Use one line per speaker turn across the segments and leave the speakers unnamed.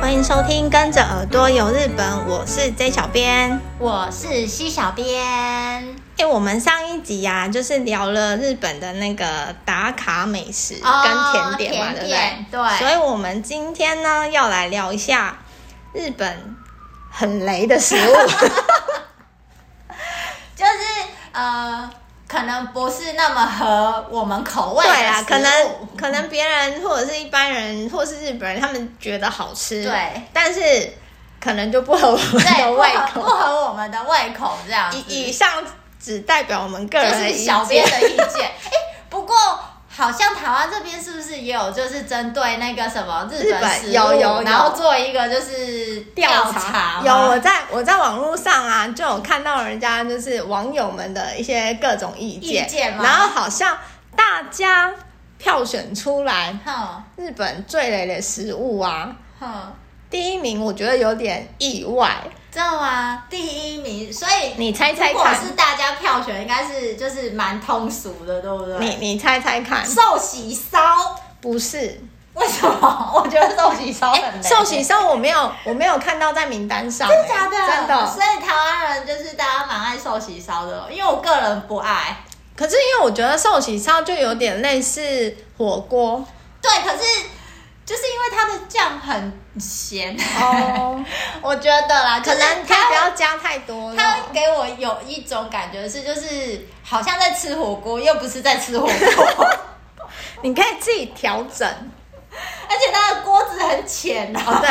欢迎收听《跟着耳朵游日本》，我是 J 小编。
我是西小编
哎、我们上一集呀、就是聊了日本的那个打卡美食
哦
跟甜点嘛，对
甜
不
点
对？
对
所以我们今天呢，要来聊一下日本很雷的食 物。啊
就是呃，可能不是那么合我们口味的
对啦，
食物
可能可能别人或者是一般人或是日本人，他们觉得好吃，
对
但是可能就不合我们
对
的
不
胃
合不
口。
合我们的胃口这样子，
以以上只代表我们个人
就
的
是
意
小
见
编。的意见。 哎、不过好像台湾这边是不是也有就是针对那个什么日
日
本
本
食物，
有有
然后做一个就是调吗
有我在我在网络上啊，就有看到人家就是网友们的一些各种意见，
意见吗
然后好像大家票选出来
哼
日本最雷的食物啊，
哼，
第一名我觉得有点意外，
知道吗？啊第一名，所以
你猜猜
如果
看，
是大家票选，应该是就是蛮通俗的，对不对？
你你猜猜看，
寿喜烧，
不是
为什么？我觉得寿喜烧很累。
哎寿喜烧，我没有我没有看到在名单上、
真的假的？
真的
所。以台湾人就是大家蛮爱寿喜烧的，因为我个人不爱。
可是因为我觉得寿喜烧就有点类似火锅
对，可是就是因为它的酱很咸，
哦，
我觉得啦，
可能
它
它不要加太多
它
了。
会给我有一种感觉是，就是好像在吃火锅，又不是在吃 火锅，
你可以自己调整
而且它的锅子很浅啊。
哦，对，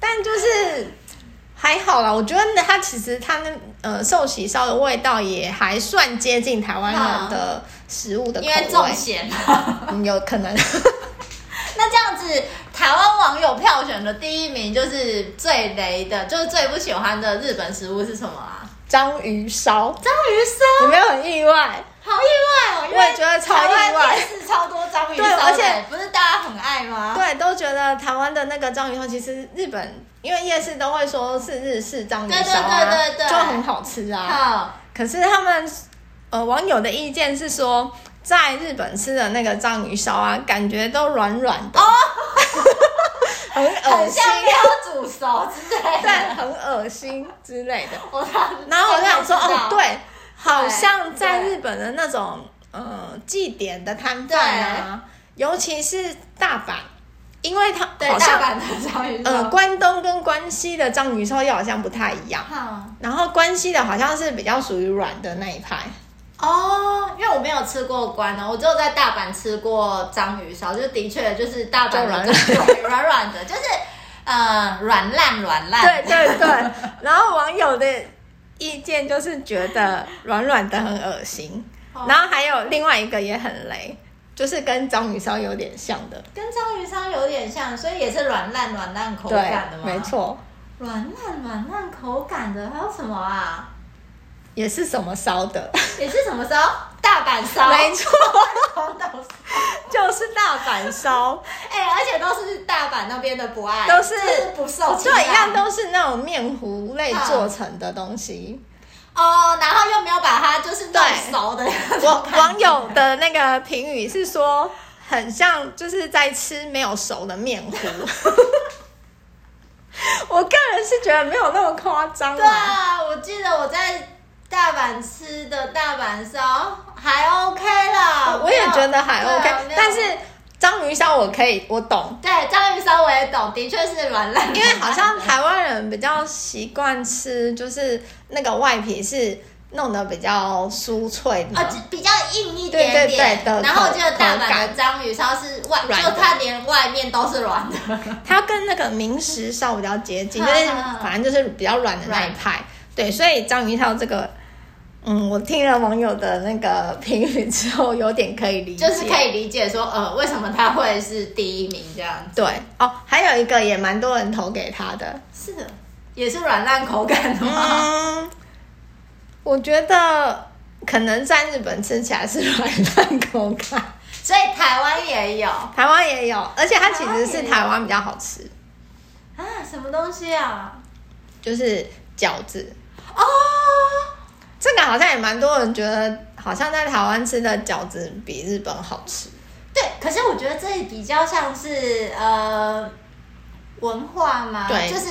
但就是还好啦。我觉得它其实它那呃寿喜烧的味道也还算接近台湾人的食物的口
因为重
味，
咸。
嗯有可能
那这样子，台湾网友票选的第一名就是最雷的，就是最不喜欢的日本食物是什么啊？
章鱼烧，
章鱼烧，
有没有很意外？
好意外哦！因为
我也觉得超意外
台湾电视超多章鱼烧的，
对而且
不是大家很爱吗？
对，都觉得台湾的那个章鱼烧，其实日本因为夜市都会说是日式章鱼烧啊，
对对对对对
就很好吃啊。
好，
可是他们呃网友的意见是说，在日本吃的那个章鱼烧啊，感觉都软软的， 很恶
哦很
心
像，欸没有煮熟之类
对，
的。
很恶心之类的。
我当
然后我就想说，
当
哦，
然知道
对，好
对
像在
对
日本的那种呃祭典的摊贩啊，尤其是大阪，因为它
对，
好
大
像
阪的章鱼
呃
烧。
关东跟关西的章鱼烧又好像不太一样。
好
然后关西的好像是比较属于软的那一派，
哦，因为我没有吃过关呢，我只有在大阪吃过章鱼烧，就的确就是大阪的
就
章鱼对软软的，就是呃软烂软烂。
对对对，然后网友的意见就是觉得软软的很恶心，
哦
然后还有另外一个也很雷，就是跟章鱼烧有点像的，
跟章鱼烧有点像，所以也是软烂软烂口
对
感的，嘛。
没，错，
软烂软烂口感的还有什么啊？
也是什么烧 的，
也是什么烧？大阪烧，
没错，
红豆烧。
就是大阪烧，
哎、而且都是大阪那边的不爱，
都是
就是不受青啊睐
对，一样都是那种面糊类做成的东西。
哦，然后又没有把它就是弄
对
熟的那种
网
感觉
网友的那个评语是说，很像就是在吃没有熟的面糊。 我个人是觉得没有那么夸张
对
啦，
啊，我记得我在大阪吃的大阪烧还 OK 啦，
我也觉得还
没有
OK，、
对啊没有
但是章鱼烧我可以，我懂，
对章鱼烧我也懂，的确是软烂，
因为好像台湾人比较习惯吃，就是那个外皮是弄得比较酥脆的嘛，
呃就比较硬一点
对对对
点，
的
然后我记得大
口
阪的
感
章鱼烧是外，
软的
就它连外面都是软的，
它跟那个明石烧比较接近，
嗯
就是
嗯嗯
反正就是比较软的那一派。对，所以章鱼烧这个，嗯，我听了网友的那个评语之后，有点可以理解，
就是可以理解说呃为什么它会是第一名这样子，
对哦。还有一个也蛮多人投给他的，
是的，也是软烂口感的吗？
嗯，我觉得可能在日本吃起来是软烂口感，
所以台湾也有啊，
台湾也有，而且它其实是台湾比较好吃，
什么东西啊？
就是饺子。
哦。
这个好像也蛮多人觉得，好像在台湾吃的饺子比日本好吃。
对，可是我觉得这里比较像是呃文化吗？
对
就是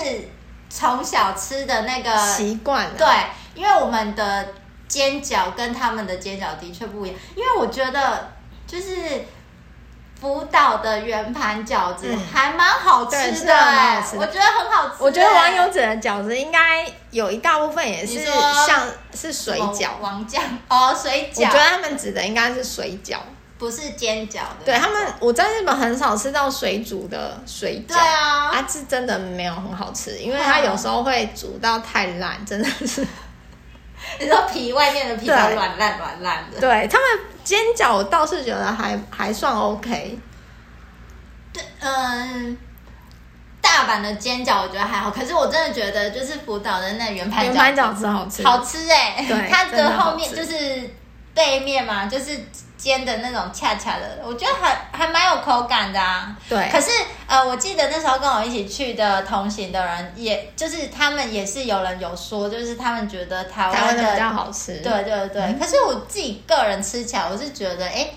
从小吃的那个
习惯啊了。
呃对，因为我们的煎饺跟他们的煎饺的确不一样，因为我觉得就是福岛的圆盘饺子
嗯
还蛮好吃
对是的
的、
蛮
欸，
好吃的
我觉得很好吃、
我觉得
欸
网友指的饺子应该有一大部分也
你
是
说
像是水饺，
王王酱哦，水
我觉得
饺
他们指的应该是水饺。
不是煎饺的，
对他们，我在日本很少吃到水煮的水饺，
对啊
啊，是真的没有很好吃，因为它有时候会煮到太烂，真的 是。
你说皮外面的皮都
对
软烂软烂的，
对他们煎饺，我倒是觉得还还算 OK，
对，嗯。大阪的煎饺我觉得还好，可是我真的觉得就是福岛的那圆盘
圆
饺
盘饺子好吃。
好吃哎、
对
它
真的
的
好
后面
吃
就是背面嘛，就是煎的那种恰恰的，我觉得还还蛮有口感的啊。
对
可是呃，我记得那时候跟我一起去的同行的人，也就是他们也是有人有说，就是他们觉得台
台
湾
湾
的
的比较好吃。
对对对，
嗯
可是我自己个人吃起来，我是觉得哎。诶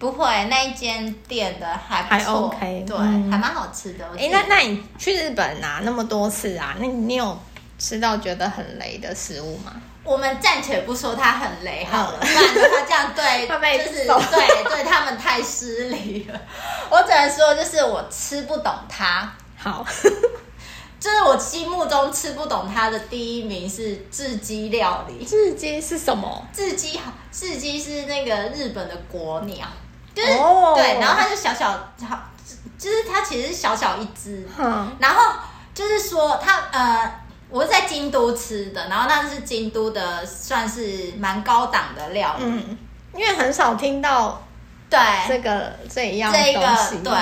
不会，那一间店的还不错
还 OK，
对，
嗯
还蛮好吃的。我自
哎、
己
那那你去日本啊那么多次啊，那你有吃到觉得很雷的食物吗？
我们暂且不说他很雷好了，不然的话这 样
会被
对，就是
揍
对对他们太失礼了。我只能说，就是我吃不懂他，
好，
就是我心目中吃不懂他的第一名是雉鸡料理。
日鸡是什 么？
雉鸡好，雉鸡是那个日本的国鸟，就是、
哦
对，然后它就小小，好，就是它其实是小小一只，
哼，
然后就是说他呃，我是在京都吃的，然后那是京都的算是蛮高档的料理，
嗯，因为很少听到
对。
这个这一样
这一
东
个
西，
对，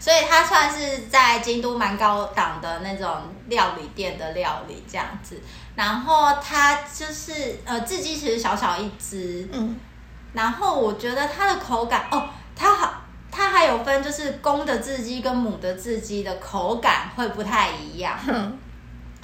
所以它算是在京都蛮高档的那种料理店的料理这样子。然后它就是呃，自己其实小小一只，
嗯，
然后我觉得它的口感哦，它好，它还有分就是公的雉鸡跟母的雉鸡的口感会不太一样。
哼，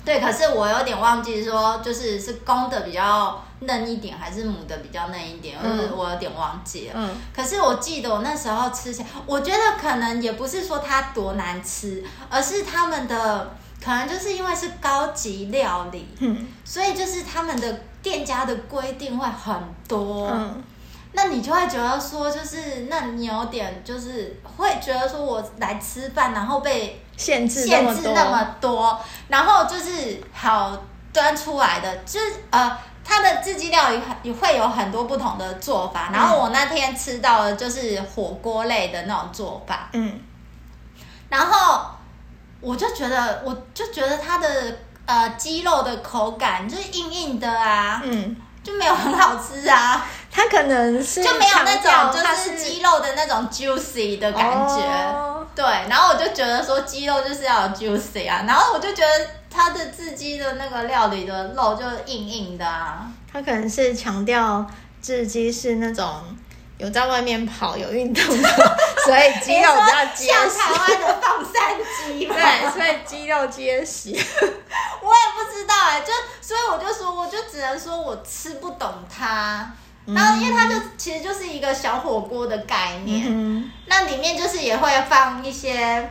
对，可是我有点忘记说，就是是公的比较嫩一点，还是母的比较嫩一点，
嗯
就是我有点忘记了。
嗯，
可是我记得我那时候吃起来，我觉得可能也不是说它多难吃，而是他们的可能就是因为是高级料理，
嗯，
所以就是他们的店家的规定会很多。
嗯，
那你就会觉得说，就是那你有点就是会觉得说我来吃饭，然后被
限制那
限
么
制
多，
那么多，然后就是好端出来的，就是呃，它的自己料理很也会有很多不同的做法。然后我那天吃到的就是火锅类的那种做法，
嗯，
然后我就觉得，我就觉得它的呃鸡肉的口感就是硬硬的啊，
嗯，
就没有很好吃啊，
它可能是
就没有那
强调
种就
它
是鸡肉的那种 juicy 的感觉。
哦
对，然后我就觉得说鸡肉就是要有 juicy 啊，然后我就觉得它的自鸡的那个料理的肉就硬硬的啊，
它可能是强调雉鸡是那种有在外面跑、有运动 的，所以肌肉比较
你
结
说像台
实。
湾的放山鸡 嘛，
对，所以肌肉结实。
我也不知道哎、就所以我就说，我就只能说我吃不懂它，然后因为它就其实就是一个小火锅的概念，
嗯，
那里面就是也会放一些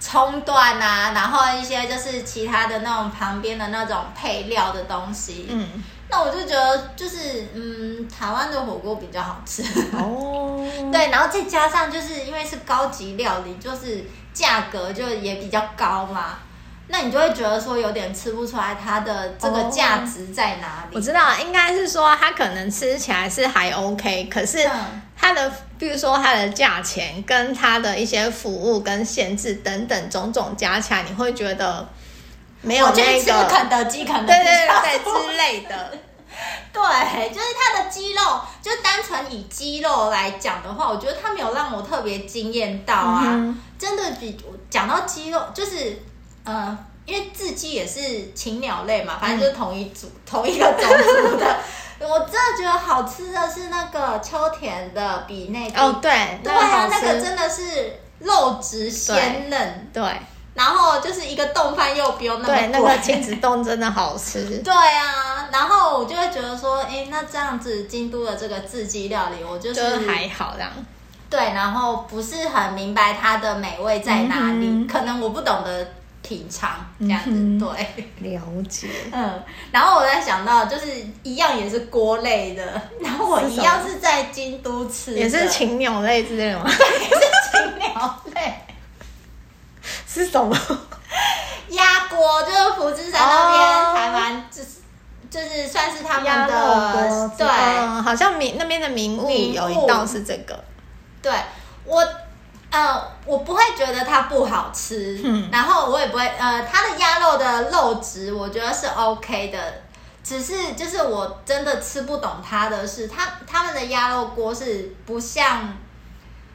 葱段啊，然后一些就是其他的那种旁边的那种配料的东西。
嗯，
那我就觉得就是嗯，台湾的火锅比较好吃。
哦，
对，然后再加上就是因为是高级料理，就是价格就也比较高嘛，那你就会觉得说有点吃不出来它的这个
哦
价值在哪里。
我知道，应该是说它可能吃起来是还 OK，可是
嗯
它的，比如说它的价钱跟它的一些服务跟限制等等种种加起来，你会觉得没有
我
那
去吃
个，
肯德基，肯德
对
基
对
比较
对对之类的。
对，就是它的鸡肉，就单纯以鸡肉来讲的话，我觉得它没有让我特别惊艳到啊。
嗯
真的比讲到鸡肉，就是呃，因为雉鸡也是禽鸟类嘛，反正就是同一组、同一个种 族的。我真的觉得好吃的是那个秋田的比那个，
哦，对，
对
好
啊，那
吃
个真的是肉质鲜嫩，
对
然后就是一个冻饭又不用那么
对，那
贵
个亲子冻真的好 吃。
对啊，然后我就会觉得说，哎、那这样子京都的这个自鸡料理，我就是
就是还好这样，
对，然后不是很明白它的美味在哪里，
嗯哼
可能我不懂得品尝这样子，
嗯哼
对。
了解。
嗯，然后我在想到，就是一样也是锅类的，然后我
是
一
什么
样是在京都吃的，
也是禽鸟类之类的吗？
也是禽鸟类，
是什么？
鸭锅就是福知山那
哦
边台湾，就是就是算是他们
肉
的
锅
对
嗯，好像名那边的名物
名物
有一道是这个，
对，我呃我不会觉得它不好吃，
嗯
然后我也不会呃它的鸭肉的肉质我觉得是 OK 的。只是就是我真的吃不懂它的是，它他们的鸭肉锅是不像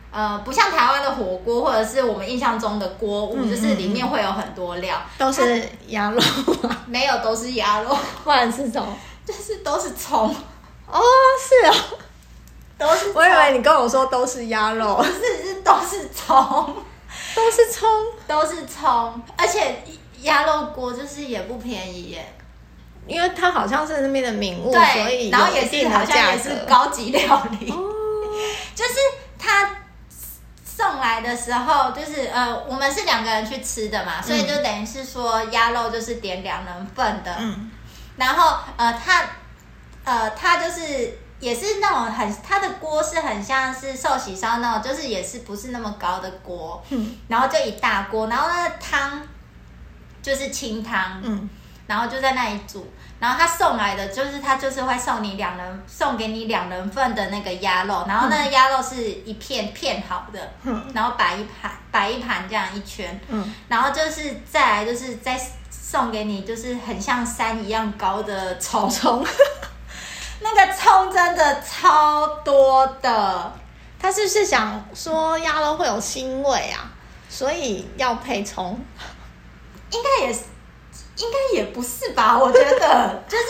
呃，不像台湾的火锅或者是我们印象中的锅物，
嗯
就是里面会有很多料，
都是鸭肉吗？
没有都是鸭肉，
不然是什么？
就是都是葱，
哦，是哦，
都是
我以为你跟我说都是鸭肉，
不是是都是葱，
都是葱，
都是葱，而且鸭肉锅就是也不便宜耶，
因为它好像是那边的名物，哦所以
对，然后也
有一
是
定
好
的
像
价
也是
格。
高级料理，
哦，
就是它送来的时候，就是呃，我们是两个人去吃的
嗯
嘛，所以就等于是说鸭肉就是点两人份的，
嗯，
然后呃，它呃，它就是也是那种很，它的锅是很像是寿喜烧那种，就是也是不是那么高的锅，
嗯
然后就一大锅，然后那个汤就是清汤，
嗯，
然后就在那里煮。然后他送来的就是他就是会送你两人送给你两人份的那个鸭肉，然后那个鸭肉是一片片好的，
嗯
然后摆一盘摆一盘这样一圈，
嗯，
然后就是再来就是再送给你，就是很像山一样高的葱，
葱，
那个葱真的超多的，
他是不是想说鸭肉会有腥味啊？所以要配葱，
应该也是，应该也不是吧？我觉 得就是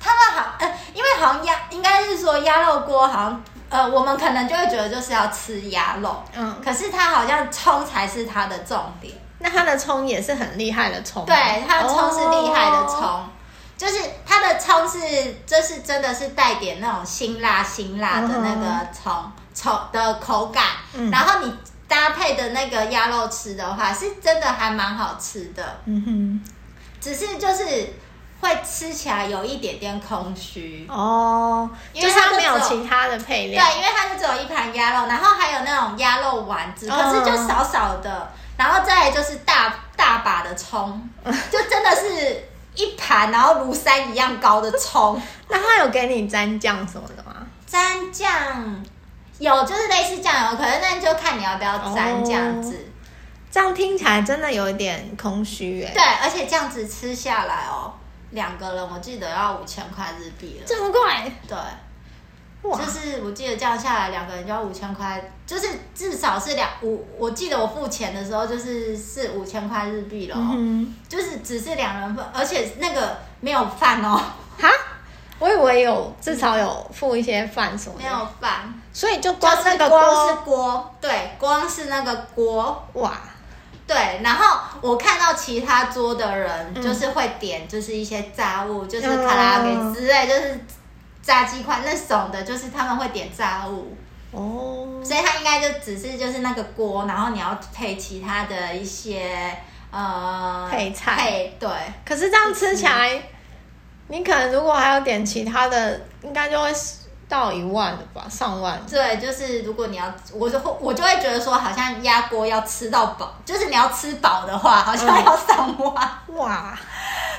他们好，呃，因为好像鸭应该是说鸭肉锅好像。呃，我们可能就会觉得就是要吃鸭肉，
嗯
可是它好像葱才是它的重点，
那它的葱也是很厉害的葱吗，啊
对，它的葱是厉害的葱，
哦
就是它的葱是，就是真的是带点那种辛辣辛辣的那个葱葱的口感，
嗯
然后你搭配的那个鸭肉吃的话，是真的还蛮好吃的，
嗯
只是就是会吃起来有一点点空虚。
哼，哦，
因
就
为
是
它
它
就
没有
只有
其他的配
对，
料，
因为它就只有一盘鸭肉，然后还有那种鸭肉丸子，
嗯
可是就少少的，然后再来就是大大把的葱，就真的是一盘，然后如山一样高的 葱，
那它有给你蘸酱什么的吗？
蘸酱有就是类似酱油，可是那就看你要不要蘸这样子。
哦这样听起来真的有一点空虚哎、
对，而且这样子吃下来哦，两个人我记得要五千块日币了。
这么贵
对，
哇
就！是我记得这样下来，两个人就要五千块，就是至少是两五。我记得我付钱的时候就是是五千块日币了哦、
嗯
就是只是两人份，而且那个没有饭哦，
哼，哈，我以为有至少有付一些饭什么
没有
的，
饭，
所以就光
就是
那个
光是
锅
锅，对，光是那个锅。
哇，
对，然后我看到其他桌的人
嗯
就是会点，就是一些炸物，就是
嗯
卡拉给之类，就是炸鸡块那种的，就是他们会点炸物。
哦，
所以它应该就只是就是那个锅，然后你要配其他的一些呃
配菜
配对
可是这样吃起来，你可能如果还有点其他的，应该就会到一万了吧，上万。
对，就是如果你要，我就会我就会觉得说，好像压锅要吃到饱，就是你要吃饱的话，好像
嗯
要上万。
哇，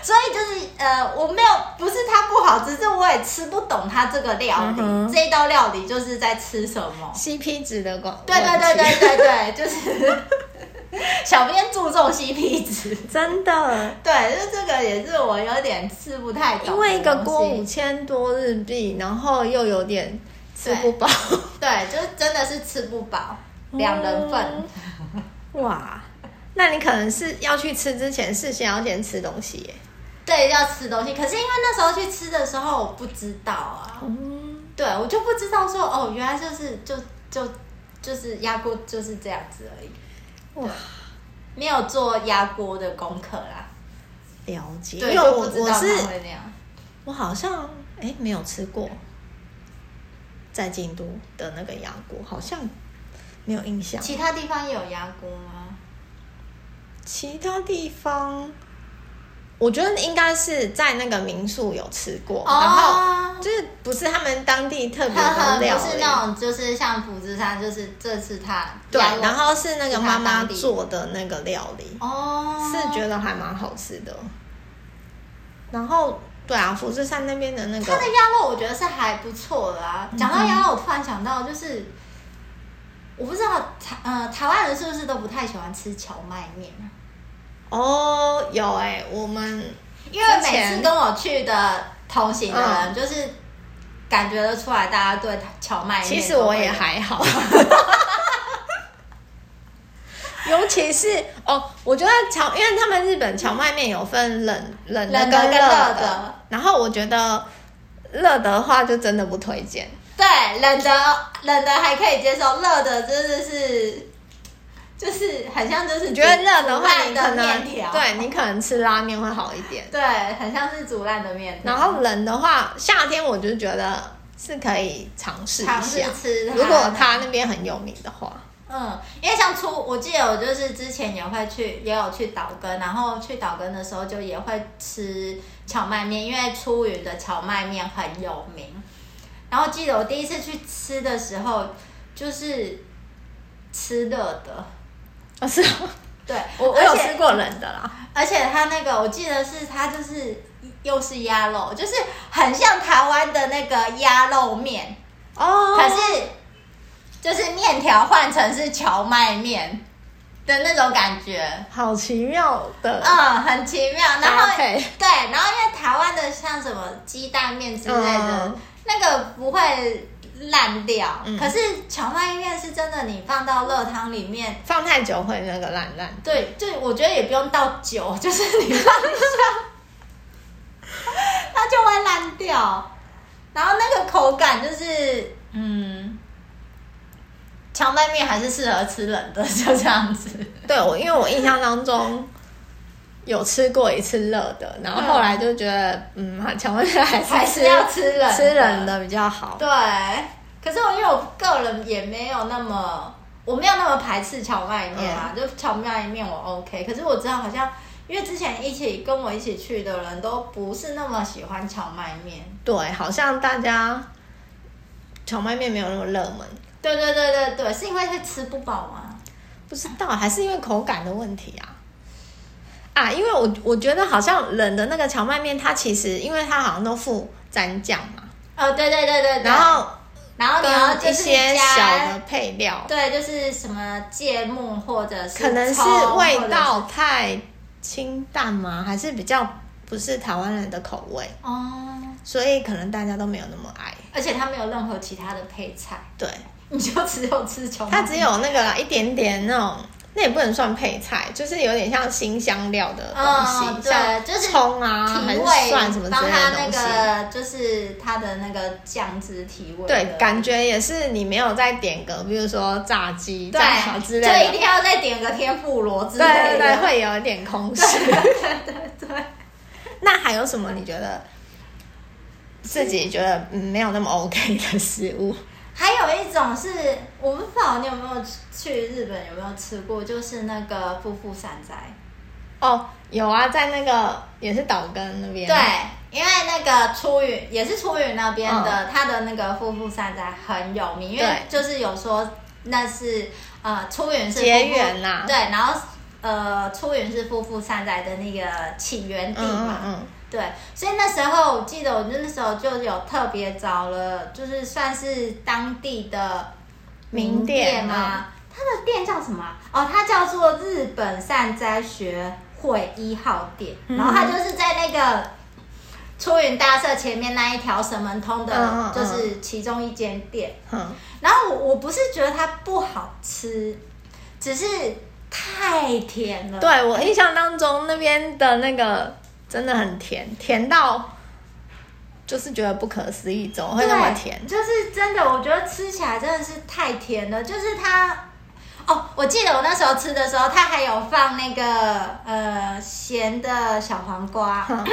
所以就是呃，我没有不是它不好，只是我也吃不懂它这个料理，
嗯哼
这一道料理就是在吃什么。
CP 值的关，
对对对对对对，就是 小编注重 CP 值。
对，真的，
对，就这个也是我有点吃不太懂的东西，
因为一个锅五千多日币，然后又有点吃不饱，
对，就是真的是吃不饱，两人份
嗯。哇，那你可能是要去吃之前事先要先吃东西耶。
对，要吃东西。可是因为那时候去吃的时候，我不知道啊，
嗯，
对我就不知道说哦，原来就是就就就是压锅就是这样子而已，
哇，
没有做压锅的功课啦。
了解，因
对，
为
就
我
不知
我
道
是
它会那样。
我好像哎没有吃过，在京都的那个鸭锅好像没有印象。
其他地方也有牙菇吗？
其他地方，我觉得应该是在那个民宿有吃过，
哦
然后就是不是他们当地特 别
呵呵，
的料
不是
理，
那种，就是像普之山，就是这次他
对
鸭肉，
然后是那个妈
是他
妈
当地
做的那个料理，
哦，
是觉得还蛮好吃的。然后对啊，福智山那边的那
它
个嗯
的鸭肉我觉得是还不错的啊。讲到鸭肉，我突然想到就是，我不知道台呃台湾人是不是都不太喜欢吃荞麦面啊？
哦，有哎、我们
因为每次跟我去的同行的人，
嗯
就是感觉得出来，大家对荞麦面
其实
都
我
会
也
有
还好， 尤其是哦，我觉得荞，因为他们日本荞麦面有分冷冷的
冷
跟
的
热
跟热的
的，然后我觉得热的话就真的不推荐。
对冷的冷的还可以接受，热的真的是就是很像就是
你觉得热的
煮
话，
烂
你
的
可
面
能
条，
对你可能吃拉面会好一点。
对，很像是煮烂的面条，
然后冷的话，夏天我就觉得是可以尝试一
尝试
下，
吃它
如果它那边很有名的话。
嗯，因为像出，我记得我就是之前也会去，也有去岛根，然后去岛根的时候就也会吃荞麦面，因为出云的荞麦面很有名。然后记得我第一次去吃的时候，就是吃热的，
哦，是哦，
对
我我有
而且
吃过冷的啦。
而且它那个我记得是它就是又是鸭肉，就是很像台湾的那个鸭肉面，
哦
可是就是面条换成是荞麦面的那种感觉。
好奇妙的，
嗯，很奇妙。然后
搭配
对，然后因为台湾的像什么鸡蛋面之类的，
嗯
那个不会烂掉。
嗯
可是荞麦面是真的，你放到热汤里面，
放太久会那个烂烂。
对，就我觉得也不用到久， 就是你放一下，它就会烂掉。然后那个口感就是，嗯，荞麦面还是适合吃冷的，就这样子。
对，我因为我印象当中有吃过一次热的，然后后来就觉得，嗯，荞麦面还是
还是要吃冷的
吃冷的比较好。
对，可是我因为我个人也没有那么，我没有那么排斥荞麦面啊，就荞麦面我 OK。可是我知道好像，因为之前一起跟我一起去的人都不是那么喜欢荞麦面。
对，好像大家荞麦面没有那么热门，
对对对对对，是因为会吃不饱吗？
不知道还是因为口感的问题啊。啊，因为我我觉得好像冷的那个荞麦面，它其实因为它好像都附蘸酱嘛，
哦，对对对对对。
然后
然后你要
跟
就
一
是
些小
加
的，配料，
对，就是什么芥末或者是
可能是
葱
味
或者
道太清淡吗？还是比较不是台湾人的口味，
是哦，
所以可能大家都没有那么爱。
而且它没有任何其他的配菜，
对，
你就只有吃荞麦
它
面。
只有那个啦一点点那种，那也不能算配菜，就是有点像新香料的东
嗯
西，
对
像
就是
葱啊
提
还
味，
是蒜什么之
帮
类
它
的
那
东西。
个就是它的那个酱汁提味的，
对，感觉也是你没有再点个，比如说炸鸡、
对
炸条之
就一
类的，
定要再点个天妇罗之
对
类的，
对对，会有一点空虚。
对对
那还有什么你觉得自己觉得嗯没有那么 OK 的食物？
还有一种是我不知道你有没有去日本有没有吃过，就是那个夫妇山斋，
哦，有啊，在那个也是岛根那边。
对，因为那个出云也是出云那边
嗯
的，它的那个夫妇山斋很有名，因为就是有说那是呃出云是夫妇
结缘啊啦
对，然后呃出云是夫妇山斋的那个起源地
嗯嗯
嘛，
嗯，
对，所以那时候我记得，我就那时候就有特别找了，就是算是当地的
名
名店
店
嘛
啊。
它的店叫什么啊、哦，它叫做日本善哉学会一号店，
嗯
然后它就是在那个出云大社前面那一条神门通
嗯嗯
的，
嗯
就是其中一间店。
嗯
然后我我不是觉得它不好吃，只是太甜了。
对我印象当中那边的那个真的很甜，甜到就是觉得不可思议，怎么会那么甜？
对就是真的，我觉得吃起来真的是太甜了。就是它，哦，我记得我那时候吃的时候，它还有放那个呃咸的小黄瓜，
哼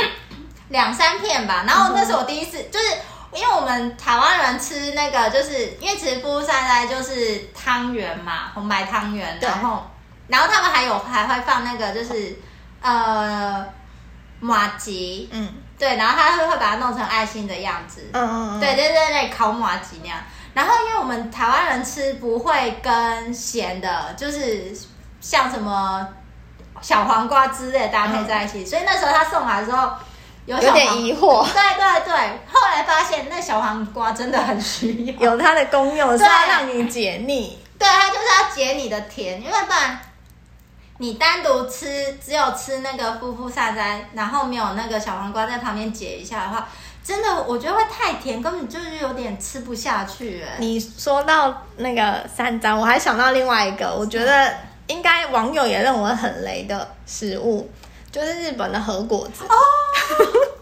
两三片吧。然后那是我第一次，就是因为我们台湾人吃那个，就是因为其实布鲁塞塞就是汤圆嘛，红白汤圆，
对
然后然后他们还有还会放那个就是呃马吉，
嗯
对，然后他会会把它弄成爱心的样子，
嗯嗯，嗯
对，，就是在那里烤马吉那样。然后，因为我们台湾人吃不会跟咸的，就是像什么小黄瓜之类的搭配在一起，所以那时候他送来的时候有小
有点
黄
疑 惑
对对对，后来发现那小黄瓜真的很需要，
有它的功用是要
对
让你解腻。
对，它就是要解你的甜，因为不然你单独吃，只有吃那个夫妇萨斋，然后没有那个小黄瓜在旁边解一下的话，真的我觉得会太甜，根本就是有点吃不下去哎、
你说到那个三张，我还想到另外一个，我觉得应该网友也认为很雷的食物，就是日本的和果子。哦，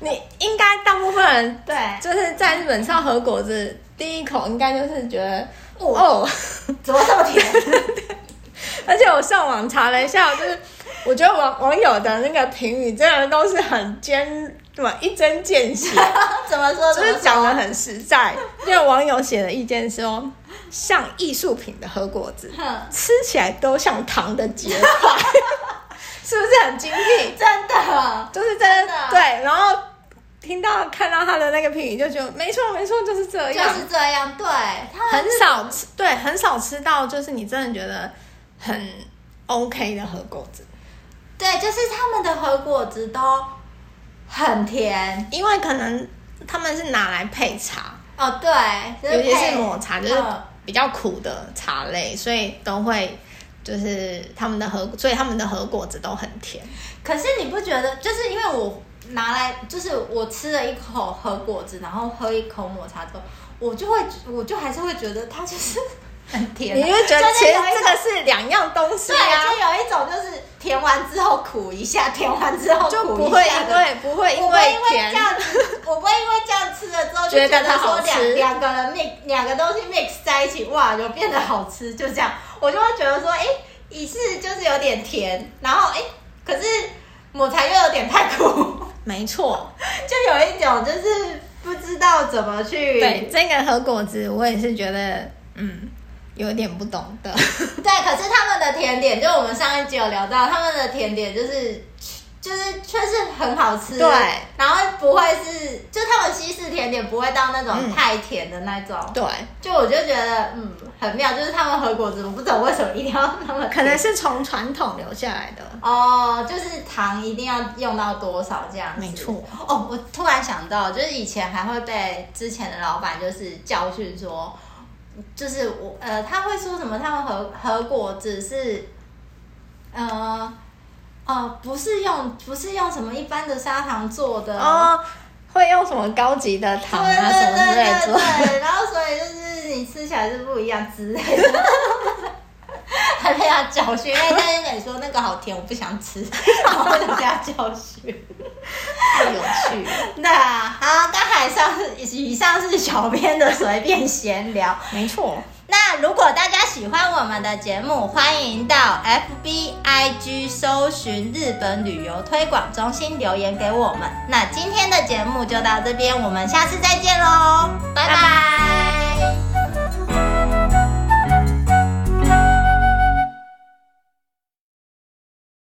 你应该大部分人
对，
就是在日本吃到和果子，第一口应该就是觉得
哦，
哦，
怎么这么甜？ 哦
而且我上网查了一下，就是我觉得网网友的那个评语真的都是很尖，什么一针见血。
怎么说？
就
怎么
是
说
讲的很实在。 因为网友写的意见是说，像艺术品的和果子，
哼
吃起来都像糖的结块， 是不是很精辟？
真的，
就是真
真
的
的
对，然后听到看到他的那个评语，就觉得没错没错，就是这
就
样。
是这样，对，他
很少吃，对，很少吃到，就是你真的觉得很 OK 的和果子，
对，就是他们的和果子都很甜
因为可能他们是拿来配茶，
哦，对，就
尤其
配
是抹茶，就是
嗯
比较苦的茶类，所以都会就是他们的核，所以他们的核果子都很甜。
可是你不觉得，就是因为我拿来，就是我吃了一口和果子，然后喝一口抹茶之后，我就会，我就还是会觉得它就是 很甜啊、
你就会觉得
就是
其实
有一
这
种
个是啊两样东西
对，
啊，
就有一种就是甜完之后苦一下，甜完之后
就
苦
不
一
会
下
因
的
为不会
我
因
不会
为
因为
甜
这， 样子，我不会因为这样吃了之后就
觉
觉
得它
得
好
说
吃
两两个人 mix 两个东西 mix 在一起，哇，就变得好吃，就这样，我就会觉得说，哎、一次就是有点甜，然后哎、诶可是抹茶又有点太苦，
没错。
就有一种就是不知道怎么去
对，这个核果子我也是觉得，嗯，有点不懂 的。
对，可是他们的甜点，就我们上一集有聊到，他们的甜点就是就是确实很好吃，
对
然后不会是就他们西式甜点不会到那种
嗯
太甜的那种，
对，
就我就觉得嗯很妙，就是他们和果子，我不懂为什么一定要那么甜
可能是从传统留下来的。
哦，就是糖一定要用到多少这样子，
没错。
哦，我突然想到，就是以前还会被之前的老板就是教训说，就是我呃，他会说什么？他们和和果子是，呃。哦，不是用不是用什么一般的砂糖做的，
哦，会用什么高级的
对
糖
对
啊什么之类
对
做？
对对，然后所以就是你吃起来是不一样之类的， 还被他教训，因为他跟你说那个好甜，我不想吃， 然后就被他 教训。
太 有趣了。
对啊，好，刚才上是以上是小编的随便闲聊。
没错，
那如果大家喜欢我们的节目，欢迎到 FB IG 搜寻日本旅游推广中心留言给我们。那今天的节目就到这边，我们下次再见喽，拜拜